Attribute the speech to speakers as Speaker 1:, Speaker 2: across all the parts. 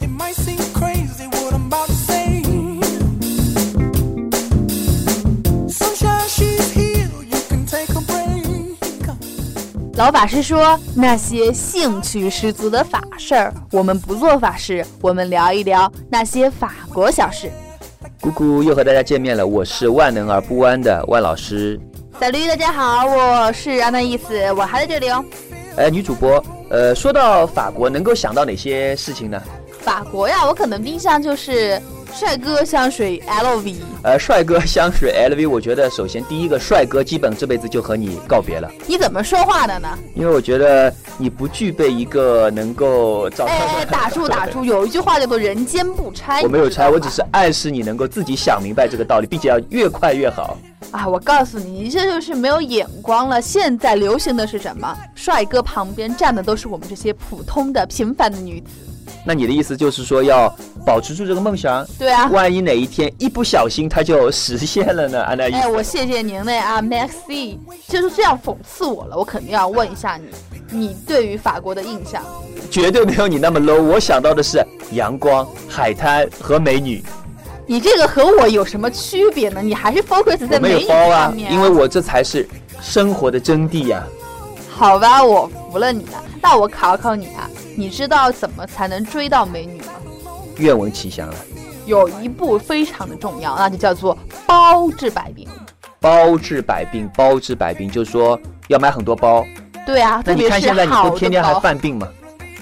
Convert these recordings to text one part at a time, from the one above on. Speaker 1: It might seem crazy what I'm about to say. Sunshine, she's here. You can take a break.
Speaker 2: 老法师说，那些兴趣十足的法事儿，我们不做法事，我们聊一聊那些法国小事。
Speaker 3: 姑姑又和大家见面了，我是万能而不弯的万老师。
Speaker 2: 小驴，大家好，我是安娜意思，我还在这里哦。
Speaker 3: 哎，女主播，呃，说到法国，能够想到哪些事情呢？
Speaker 2: 法国呀，我可能印象就是帅哥香水 LV，
Speaker 3: 呃，帅哥香水 LV，我觉得首先第一个，帅哥基本这辈子就和你告别了，
Speaker 2: 你怎么说话的 呢？
Speaker 3: 因为我觉得你不具备一个能够找到。
Speaker 2: 哎哎，打住打住，有一句话叫做“人间不拆”，
Speaker 3: 我没有
Speaker 2: 你知道
Speaker 3: 拆，
Speaker 2: 吗
Speaker 3: 我只是暗示你能够自己想明白这个道理，并且要越快越好。
Speaker 2: 啊，我告诉你，你这就是没有眼光了。现在流行的是什么？帅哥旁边站的都是我们这些普通的平凡的女子。
Speaker 3: 那你的意思就是说要保持住这个梦想，
Speaker 2: 对啊，
Speaker 3: 万一哪一天一不小心它就实现了呢？安娜，
Speaker 2: 哎，我谢谢您嘞啊，Maxi，就是这样讽刺我了，我肯定要问一下你，你对于法国的印象？
Speaker 3: 绝对没有你那么 low。我想到的是阳光、海滩和美女。
Speaker 2: 你这个和我有什么区别呢？你还是 focus 在
Speaker 3: 我没
Speaker 2: 美
Speaker 3: 有
Speaker 2: 女
Speaker 3: 包
Speaker 2: 上
Speaker 3: 啊，
Speaker 2: 面、
Speaker 3: 因为我这才是生活的真谛啊呀、
Speaker 2: 好吧，我服了你了。那我考考你啊，你知道怎么才能追到美女吗？
Speaker 3: 愿闻其详了。啊
Speaker 2: 有一步非常的重要，那就叫做包治百病。
Speaker 3: 包治百病，包治百病，就是说要买很多包。
Speaker 2: 对啊，特
Speaker 3: 那你
Speaker 2: 别
Speaker 3: 看
Speaker 2: 是
Speaker 3: 现在你
Speaker 2: 好
Speaker 3: 不
Speaker 2: 的
Speaker 3: 天天还
Speaker 2: 包
Speaker 3: 犯病吗？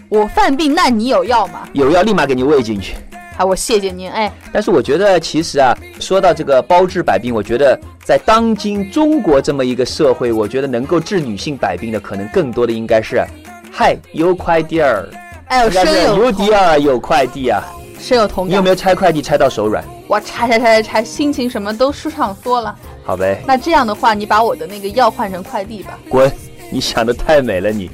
Speaker 2: 我犯病，那你有药吗？
Speaker 3: 有药立马给你喂进去。
Speaker 2: 啊，我谢谢您。哎，
Speaker 3: 但是我觉得，其实啊，说到这个包治百病，我觉得在当今中国这么一个社会，我觉得能够治女性百病的，可能更多的应该是，嗨，有快递儿，
Speaker 2: 哎呦，
Speaker 3: 应该
Speaker 2: 深
Speaker 3: 是
Speaker 2: 有
Speaker 3: 有
Speaker 2: 同
Speaker 3: 的啊，有快递啊。
Speaker 2: 深有同
Speaker 3: 你有
Speaker 2: 感
Speaker 3: 没。有拆快递拆到手软？
Speaker 2: 我拆拆拆拆拆，心情什么都舒畅多了。
Speaker 3: 好呗，
Speaker 2: 那这样的话，你把我的那个药换成快递吧。
Speaker 3: 滚！你想的太美了，你。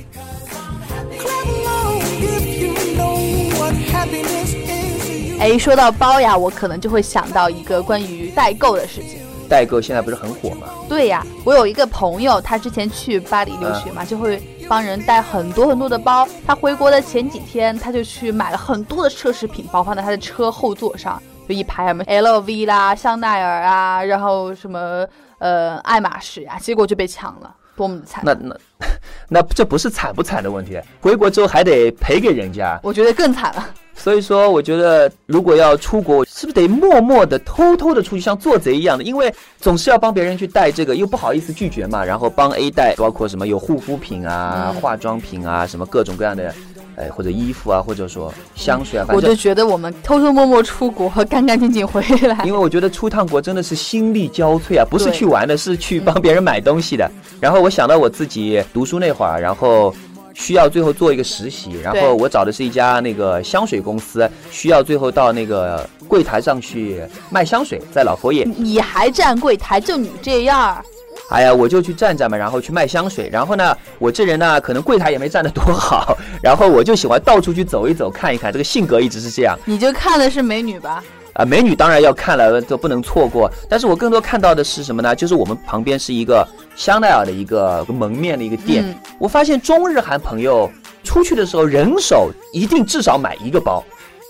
Speaker 1: Clap along if you know what happiness is. You
Speaker 2: 哎，说到包呀，我可能就会想到一个关于代购的事情。
Speaker 3: 代购现在不是很火吗？
Speaker 2: 对呀，我有一个朋友，他之前去巴黎留学嘛，就会帮人带很多很多的包。他回国的前几天，他就去买了很多的奢侈品包，放在他的车后座上，就一排什么 LV 啦、香奈儿啊，然后什么呃爱马仕呀、结果就被抢了，多么的惨！
Speaker 3: 那那 那这不是惨不惨的问题，回国之后还得赔给人家。
Speaker 2: 我觉得更惨了。
Speaker 3: 所以说，我觉得如果要出国，是不是得默默的、偷偷的出去，像做贼一样的？因为总是要帮别人去带这个，又不好意思拒绝嘛。然后帮 A 带，包括什么有护肤品啊、化妆品啊，什么各种各样的，哎，或者衣服啊，或者说香水啊，反
Speaker 2: 我就
Speaker 3: 正。
Speaker 2: 觉得我们偷偷摸摸出国，干干净净回来
Speaker 3: 因。为我觉得出趟国真的是心力交瘁啊，不是
Speaker 2: 对
Speaker 3: 去玩的，是去帮别人买东西的。然后我想到我自己读书那会儿，然后需要最后做一个实习，然
Speaker 2: 对
Speaker 3: 后我找的是一家那个香水公司，需要最后到那个柜台上去卖香水，在老佛爷
Speaker 2: 你。你还站柜台，就你这样儿，
Speaker 3: 哎呀，我就去站站嘛，然后去卖香水。然后呢，我这人呢，可能柜台也没站得多好，然后我就喜欢到处去走一走，看一看。这个性格一直是这样。
Speaker 2: 你就看的是美女吧？
Speaker 3: 啊，美女当然要看了，这不能错过。但是我更多看到的是什么呢？就是我们旁边是一个香奈儿的一个门面的一个店，
Speaker 2: 嗯
Speaker 3: 我发现中日韩朋友出去的时候，人手一定至少买一个包。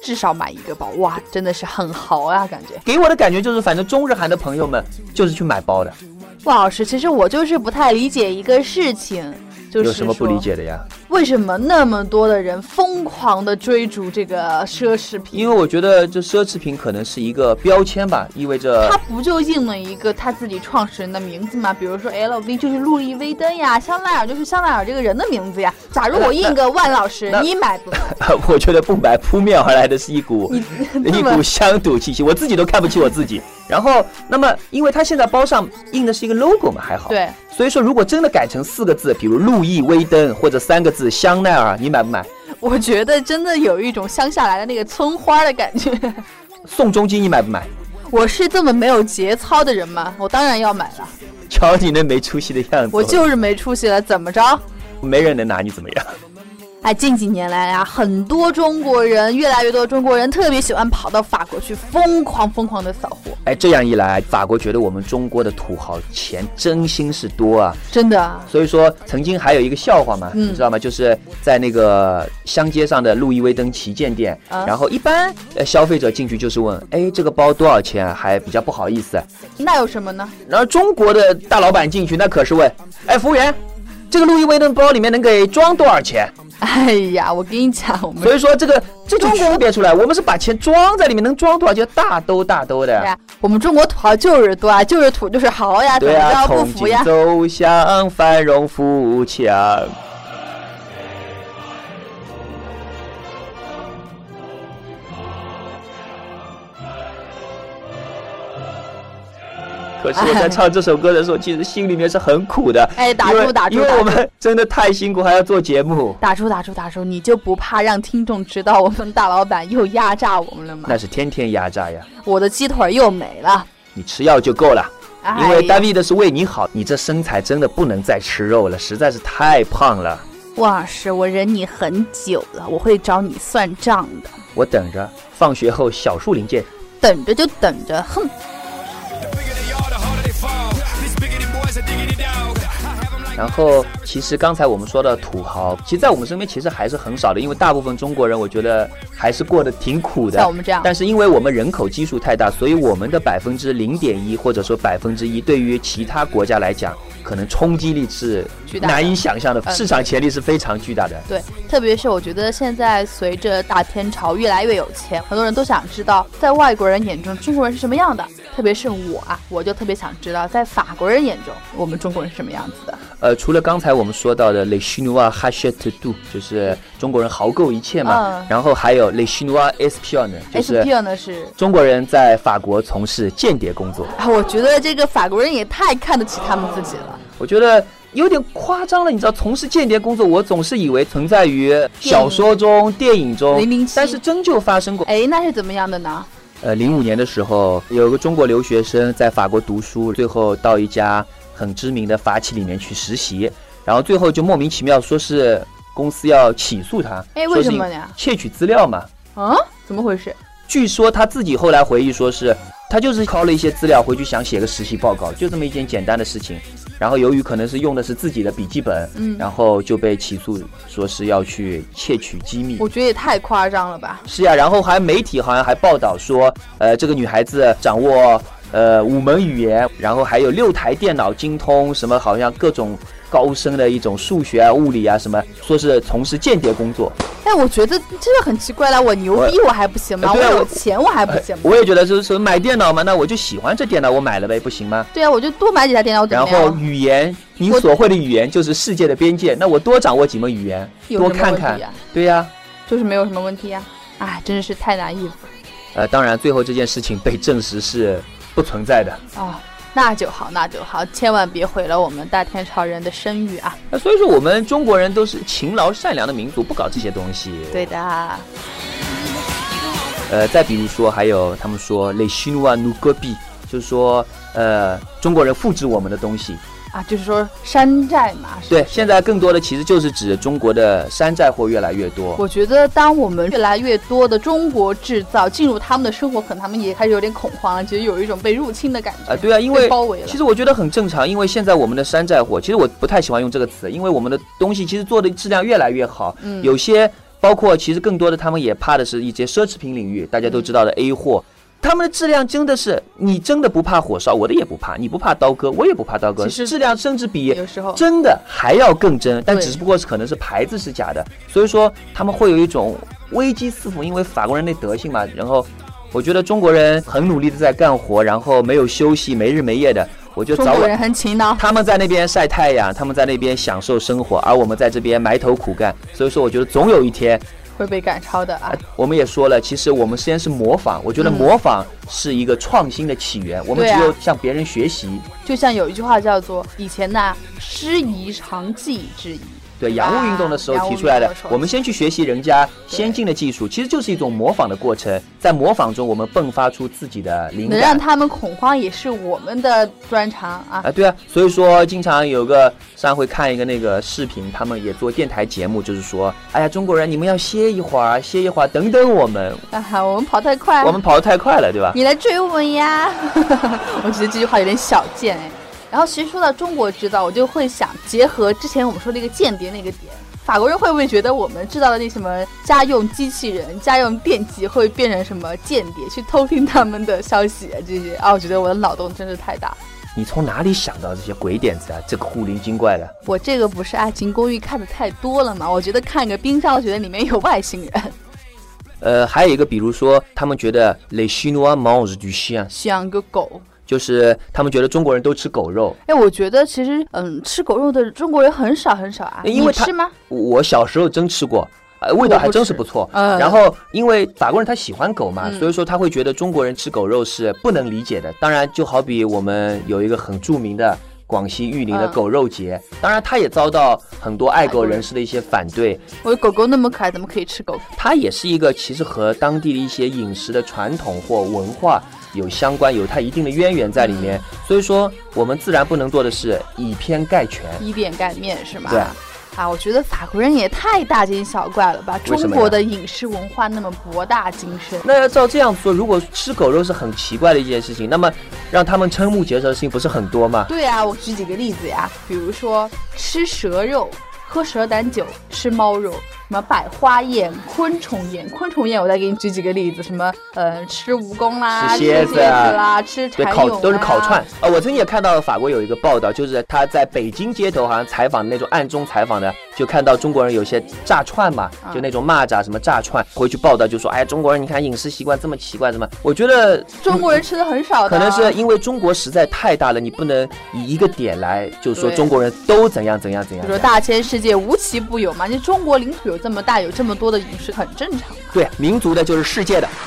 Speaker 2: 至少买一个包，哇，真的是很豪啊，感觉。
Speaker 3: 给我的感觉就是，反正中日韩的朋友们就是去买包的，
Speaker 2: 万老师，其实我就是不太理解一个事情，就是
Speaker 3: 有什么不
Speaker 2: 说
Speaker 3: 理？解的呀？
Speaker 2: 为什么那么多的人疯狂的追逐这个奢侈品？
Speaker 3: 因为我觉得这奢侈品可能是一个标签吧，意味着
Speaker 2: 他不就应了一个他自己创始人的名字吗？比如说 LV 就是路易威登呀，香奈儿就是香奈儿这个人的名字呀。假如我印个万老师
Speaker 3: 那，
Speaker 2: 你买 不买？
Speaker 3: 我觉得不买扑面而来的是一股一股乡土气息，我自己都看不起我自己。然后，那么因为它现在包上印的是一个 logo 嘛，还好。。
Speaker 2: 对，
Speaker 3: 所以说，如果真的改成四个字，比如路易威登或者三个字香奈儿，你买不买？
Speaker 2: 我觉得真的有一种乡下来的那个村花的感觉。
Speaker 3: 宋仲基你买不买？
Speaker 2: 我是这么没有节操的人吗？我当然要买了，
Speaker 3: 瞧你那没出息的样子，
Speaker 2: 我就是没出息了，怎么着？
Speaker 3: 没人能拿你怎么样。
Speaker 2: 哎，近几年来啊，很多中国人，越来越多中国人特别喜欢跑到法国去疯狂疯狂的扫货，
Speaker 3: 哎，这样一来，法国觉得我们中国的土豪钱真心是多啊，
Speaker 2: 真的啊，
Speaker 3: 所以说，曾经还有一个笑话嘛，你知道吗？就是在那个乡街上的路易威登旗舰店，
Speaker 2: 啊
Speaker 3: 然后一般呃消费者进去就是问，哎，这个包多少钱啊？还比较不好意思。啊
Speaker 2: 那有什么呢？
Speaker 3: 然后中国的大老板进去，那可是问，哎，服务员，这个路易威登包里面能给装多少钱？
Speaker 2: 哎呀，我跟你讲，我们
Speaker 3: 所以说这个这种区别出来，我们是把钱装在里面，能装多少就大兜大兜的。
Speaker 2: 哎呀，我们中国土豪就是多啊，就是土就是豪呀，怎
Speaker 3: 对
Speaker 2: 么
Speaker 3: 啊，
Speaker 2: 着不
Speaker 3: 从
Speaker 2: 服
Speaker 3: 今
Speaker 2: 呀？
Speaker 3: 走向繁荣富 强。可是我在唱这首歌的时候，其实心里面是很苦的。
Speaker 2: 哎打住
Speaker 3: 因为
Speaker 2: 打住
Speaker 3: 因
Speaker 2: 打
Speaker 3: 为
Speaker 2: 住
Speaker 3: 我们真的太辛苦，还要做节目，
Speaker 2: 打住打住打住！你就不怕让听众知道我们大老板又压榨我们了吗
Speaker 3: 那？是天天压榨呀。
Speaker 2: 我的鸡腿又没了，
Speaker 3: 你吃药就够了，因
Speaker 2: 哎
Speaker 3: 为
Speaker 2: 呀
Speaker 3: 单位的是为你好。你这身材真的不能再吃肉了，实在是太胖了。
Speaker 2: 汪老师，我忍你很久了，我会找你算账的。
Speaker 3: 我等着放学后小树林见。
Speaker 2: 等着就等着，哼！
Speaker 3: 然后，其实刚才我们说到土豪，其实，在我们身边其实还是很少的，因为大部分中国人，我觉得还是过得挺苦的。
Speaker 2: 像我们这样
Speaker 3: 但是因为我们人口基数太大，所以我们的百分之零点一或者说百分之一，对于其他国家来讲，可能冲击力是
Speaker 2: 巨大的
Speaker 3: 难以想象的，
Speaker 2: 嗯
Speaker 3: 市场潜力是非常巨大的。
Speaker 2: 对，特别是我觉得现在随着大天朝越来越有钱，很多人都想知道，在外国人眼中中国人是什么样的。特别是我啊，我就特别想知道，在法国人眼中，我们中国人是什么样子的。
Speaker 3: 呃，除了刚才我们说到的 Les Chinois h a c h e t tout，就是中国人豪购一切嘛，
Speaker 2: 嗯
Speaker 3: 然后还有 Les Chinois espion，就是
Speaker 2: SPL 呢是。
Speaker 3: 中国人在法国从事间谍工作。
Speaker 2: 啊，我觉得这个法国人也太看得起他们自己了。
Speaker 3: 我觉得有点夸张了，你知道，从事间谍工作，我总是以为存在于小说中、电影中，
Speaker 2: 007
Speaker 3: 但是真就发生过。
Speaker 2: 哎，那是怎么样的呢？
Speaker 3: 呃，零五年的时候，有个中国留学生在法国读书，最后到一家很知名的法企里面去实习，然后最后就莫名其妙说是公司要起诉他，
Speaker 2: 哎
Speaker 3: 说是
Speaker 2: 为什么呢
Speaker 3: 窃取资料嘛。
Speaker 2: 嗯，怎么回事？
Speaker 3: 据说他自己后来回忆说是，他就是拷了一些资料回去，想写个实习报告，就这么一件简单的事情。然后由于可能是用的是自己的笔记本，
Speaker 2: 嗯
Speaker 3: 然后就被起诉说是要去窃取机密。
Speaker 2: 我觉得也太夸张了吧！
Speaker 3: 是呀，然后还媒体好像还报道说，呃，这个女孩子掌握呃五门语言，然后还有六台电脑精通，什么好像各种高深的一种数学啊、物理啊什么，说是从事间谍工作。
Speaker 2: 哎，我觉得这个很奇怪了，我牛逼我还不行吗？
Speaker 3: 哎
Speaker 2: 我
Speaker 3: 对啊
Speaker 2: 有
Speaker 3: 我
Speaker 2: 钱我还不
Speaker 3: 哎
Speaker 2: 行吗？
Speaker 3: 我也觉得就是说买电脑嘛，那我就喜欢这电脑，我买了呗，不行吗？
Speaker 2: 对啊，我就多买几台电脑怎
Speaker 3: 然
Speaker 2: 么
Speaker 3: 后
Speaker 2: 样？
Speaker 3: 语言，你
Speaker 2: 我
Speaker 3: 所会的语言就是世界的边界。那我多掌握几门语言，
Speaker 2: 有
Speaker 3: 多
Speaker 2: 什么
Speaker 3: 看
Speaker 2: 问
Speaker 3: 看
Speaker 2: 题啊。
Speaker 3: 对呀、
Speaker 2: 就是没有什么问题呀、哎，真是太难应付
Speaker 3: 呃，当然最后这件事情被证实是不存在的。
Speaker 2: 啊、那就好，那就好，千万别毁了我们大天朝人的声誉啊！
Speaker 3: 那所以说我们中国人都是勤劳善良的民族，不搞这些东西。
Speaker 2: 对。的，啊
Speaker 3: 呃，再比如说还有他们说 “les Chinois nous copient”，就是说呃中国人复制我们的东西。
Speaker 2: 啊，就是说山寨嘛。是吧
Speaker 3: 对，现在更多的其实就是指中国的山寨货越来越多。
Speaker 2: 我觉得当我们越来越多的中国制造进入他们的生活，可能他们也开始有点恐慌了，觉得有一种被入侵的感觉。
Speaker 3: 啊，对啊，因为
Speaker 2: 被包围了
Speaker 3: 其实我觉得很正常，因为现在我们的山寨货，其实我不太喜欢用这个词，因为我们的东西其实做的质量越来越好，
Speaker 2: 嗯
Speaker 3: 有些包括其实更多的他们也怕的是一些奢侈品领域，大家都知道的
Speaker 2: 嗯
Speaker 3: A 货。他们的质量真的是，你真的不怕火烧，我的也不怕；你不怕刀割，我也不怕刀割。
Speaker 2: 其实
Speaker 3: 质量甚至比
Speaker 2: 有时候
Speaker 3: 真的还要更真，但
Speaker 2: 对
Speaker 3: 只不过是可能是牌子是假的，所以说他们会有一种危机四伏，因为法国人那德性嘛。然后我觉得中国人很努力的在干活，然后没有休息，没日没夜的。我觉得
Speaker 2: 中
Speaker 3: 早
Speaker 2: 国人
Speaker 3: 晚
Speaker 2: 很勤劳。
Speaker 3: 他们在那边晒太阳，他们在那边享受生活，而我们在这边埋头苦干。所以说，我觉得总有一天，
Speaker 2: 会被赶超的啊
Speaker 3: 呃！我们也说了，其实我们先是模仿，我觉得模仿是一个创新的起源，我们
Speaker 2: 嗯对啊
Speaker 3: 只有向别人学习。
Speaker 2: 就像有一句话叫做“以前呐，师夷长技以制夷”，
Speaker 3: 对洋务运动的时
Speaker 2: 啊洋务
Speaker 3: 候提出来
Speaker 2: 运
Speaker 3: 的
Speaker 2: 动的时。候
Speaker 3: 我们先去学习人家先进的技术，其实就是一种模仿的过程，在模仿中我们迸发出自己的灵
Speaker 2: 能让
Speaker 3: 感。
Speaker 2: 他们恐慌也是我们的专长啊。
Speaker 3: 啊，对啊，所以说经常有个上回看一个那个视频，他们也做电台节目，就是说，哎呀，中国人你们要歇一会儿，歇一会儿，等等我们，
Speaker 2: 啊，我们跑太快，
Speaker 3: 我们跑得太快了，对 吧？
Speaker 2: 你来追我们呀！ 我觉得这句话有点小贱哎。然后其实说到中国制造，我就会想结合之前我们说那个间谍那个点，法国人会不会觉得我们制造的那什么家用机器人、家用电极会变成什么间谍去偷听他们的消息啊这些啊？我觉得我的脑洞真是太大。
Speaker 3: 你从哪里想到这些鬼点子啊？这个狐狸精怪的。
Speaker 2: 我这个不是《爱情公寓》看的太多了嘛？我觉得看个冰箱，我觉得里面有外星人。
Speaker 3: 呃，还有一个，比如说，他们觉得 les Chinois mangent du chien，
Speaker 2: 像个狗。
Speaker 3: 就是他们觉得中国人都吃狗肉。
Speaker 2: 哎，我觉得其实，嗯，吃狗肉的中国人很少很少啊。
Speaker 3: 因为
Speaker 2: 你
Speaker 3: 他
Speaker 2: 吃吗？
Speaker 3: 我小时候真吃过，呃，味道还真是不错。
Speaker 2: 嗯
Speaker 3: 然后，因为法国人他喜欢狗嘛，
Speaker 2: 嗯
Speaker 3: 所以说他会觉得中国人吃狗肉是不能理解的。当然，就好比我们有一个很著名的。广西玉林的
Speaker 2: 嗯
Speaker 3: 狗肉节，当然他也遭到很多爱狗人士的一些反对。
Speaker 2: 我的狗狗那么可爱，怎么可以吃狗？
Speaker 3: 它也是一个其实和当地的一些饮食的传统或文化有相关，有它一定的渊源在里面。所以说，我们自然不能做的是以偏概全。
Speaker 2: 以点盖面是吗？
Speaker 3: 对
Speaker 2: 啊，我觉得法国人也太大惊小怪了吧！
Speaker 3: 为什
Speaker 2: 中
Speaker 3: 么呀
Speaker 2: 国的饮食文化那么博大精深，
Speaker 3: 那要照这样说，如果吃狗肉是很奇怪的一件事情，那么让他们瞠目结舌的事情不是很多吗？
Speaker 2: 对啊，我举几个例子呀，比如说吃蛇肉、喝蛇胆酒、吃猫肉，什么百花宴、昆虫宴。昆虫宴我再给你举几个例子，什么呃吃蜈蚣啦、
Speaker 3: 吃
Speaker 2: 吃
Speaker 3: 蝎
Speaker 2: 蝎
Speaker 3: 子啊
Speaker 2: 啦、吃
Speaker 3: 对，
Speaker 2: 蚕蛹
Speaker 3: 烤
Speaker 2: 啦
Speaker 3: 都是烤串。啊、我曾经也看到法国有一个报道，就是他在北京街头好像采访那种暗中采访的，就看到中国人有些炸串嘛，
Speaker 2: 啊
Speaker 3: 就那种蚂蚱什么炸串，回去报道就说，哎，中国人你看饮食习惯这么奇怪，怎么？我觉得
Speaker 2: 中国人吃的很少的，啊
Speaker 3: 可能是因为中国实在太大了，你不能以一个点来就说
Speaker 2: 对
Speaker 3: 中国人都怎样怎样怎
Speaker 2: 就
Speaker 3: 样。
Speaker 2: 说
Speaker 3: 怎样
Speaker 2: 大千世界无奇不有嘛，就中国领土有这么大，有这么多的饮食，很正常。
Speaker 3: 对，民族的就是世界的。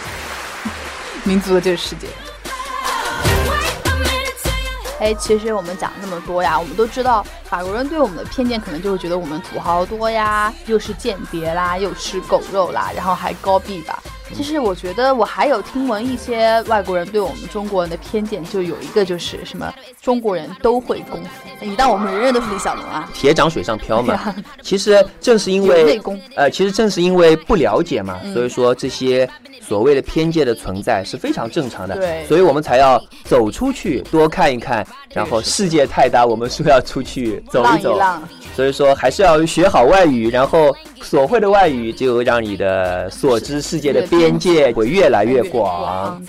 Speaker 2: 民族的这个世界。哎，其实我们讲这么多呀，我们都知道法国人对我们的偏见，可能就会觉得我们土豪多呀，又是间谍啦，又吃狗肉啦，然后还高逼吧。其实我觉得我还有听闻一些外国人对我们中国人的偏见，就有一个就是什么中国人都会功夫，哎你当我们人人都是李小龙啊？
Speaker 3: 铁掌水上漂嘛
Speaker 2: 哎 呀。
Speaker 3: 其实正是因
Speaker 2: 有内
Speaker 3: 为
Speaker 2: 功，嗯
Speaker 3: 呃，其实正是因为不了解嘛，所以说这些所谓的偏见的存在是非常正常的。
Speaker 2: 对
Speaker 3: 所以我们才要走出去多看一看，然后世界太大，我们是要出去走
Speaker 2: 浪一
Speaker 3: 走。
Speaker 2: 浪，
Speaker 3: 所以说还是要学好外语，然后所会的外语就让你的所知世界的边界会越来越
Speaker 2: 嗯
Speaker 3: 广。。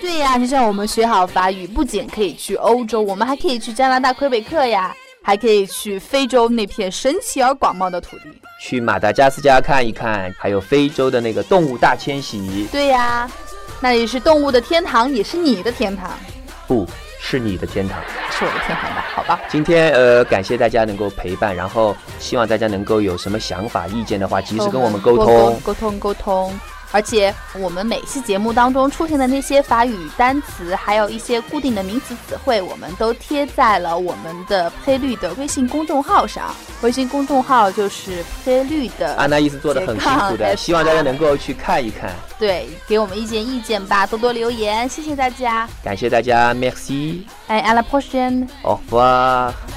Speaker 2: 对呀、就像我们学好法语，不仅可以去欧洲，我们还可以去加拿大魁北克呀，还可以去非洲那片神奇而广袤的土地。
Speaker 3: 去马达加斯加看一看，还有非洲的那个动物大迁徙，
Speaker 2: 对呀、那里是动物的天堂，也是你的天堂，
Speaker 3: 不是你的天堂。
Speaker 2: 是我的天堂吧？好吧。
Speaker 3: 今天呃，感谢大家能够陪伴，然后希望大家能够有什么想法、意见的话，及时跟我们沟通。
Speaker 2: 沟通沟通。而且我们每期节目当中出现的那些法语单词，还有一些固定的名词词汇，我们都贴在了我们的佩绿的微信公众号上。微信公众号就是佩绿的
Speaker 3: 安娜啊意思做的很辛苦
Speaker 2: 对
Speaker 3: 的，
Speaker 2: 看
Speaker 3: 希望大家能够去看一看。
Speaker 2: 对，给我们意见意见吧，多多留言，谢谢大家。
Speaker 3: 感谢大家，merci，
Speaker 2: 哎，à la prochaine。
Speaker 3: au revoir。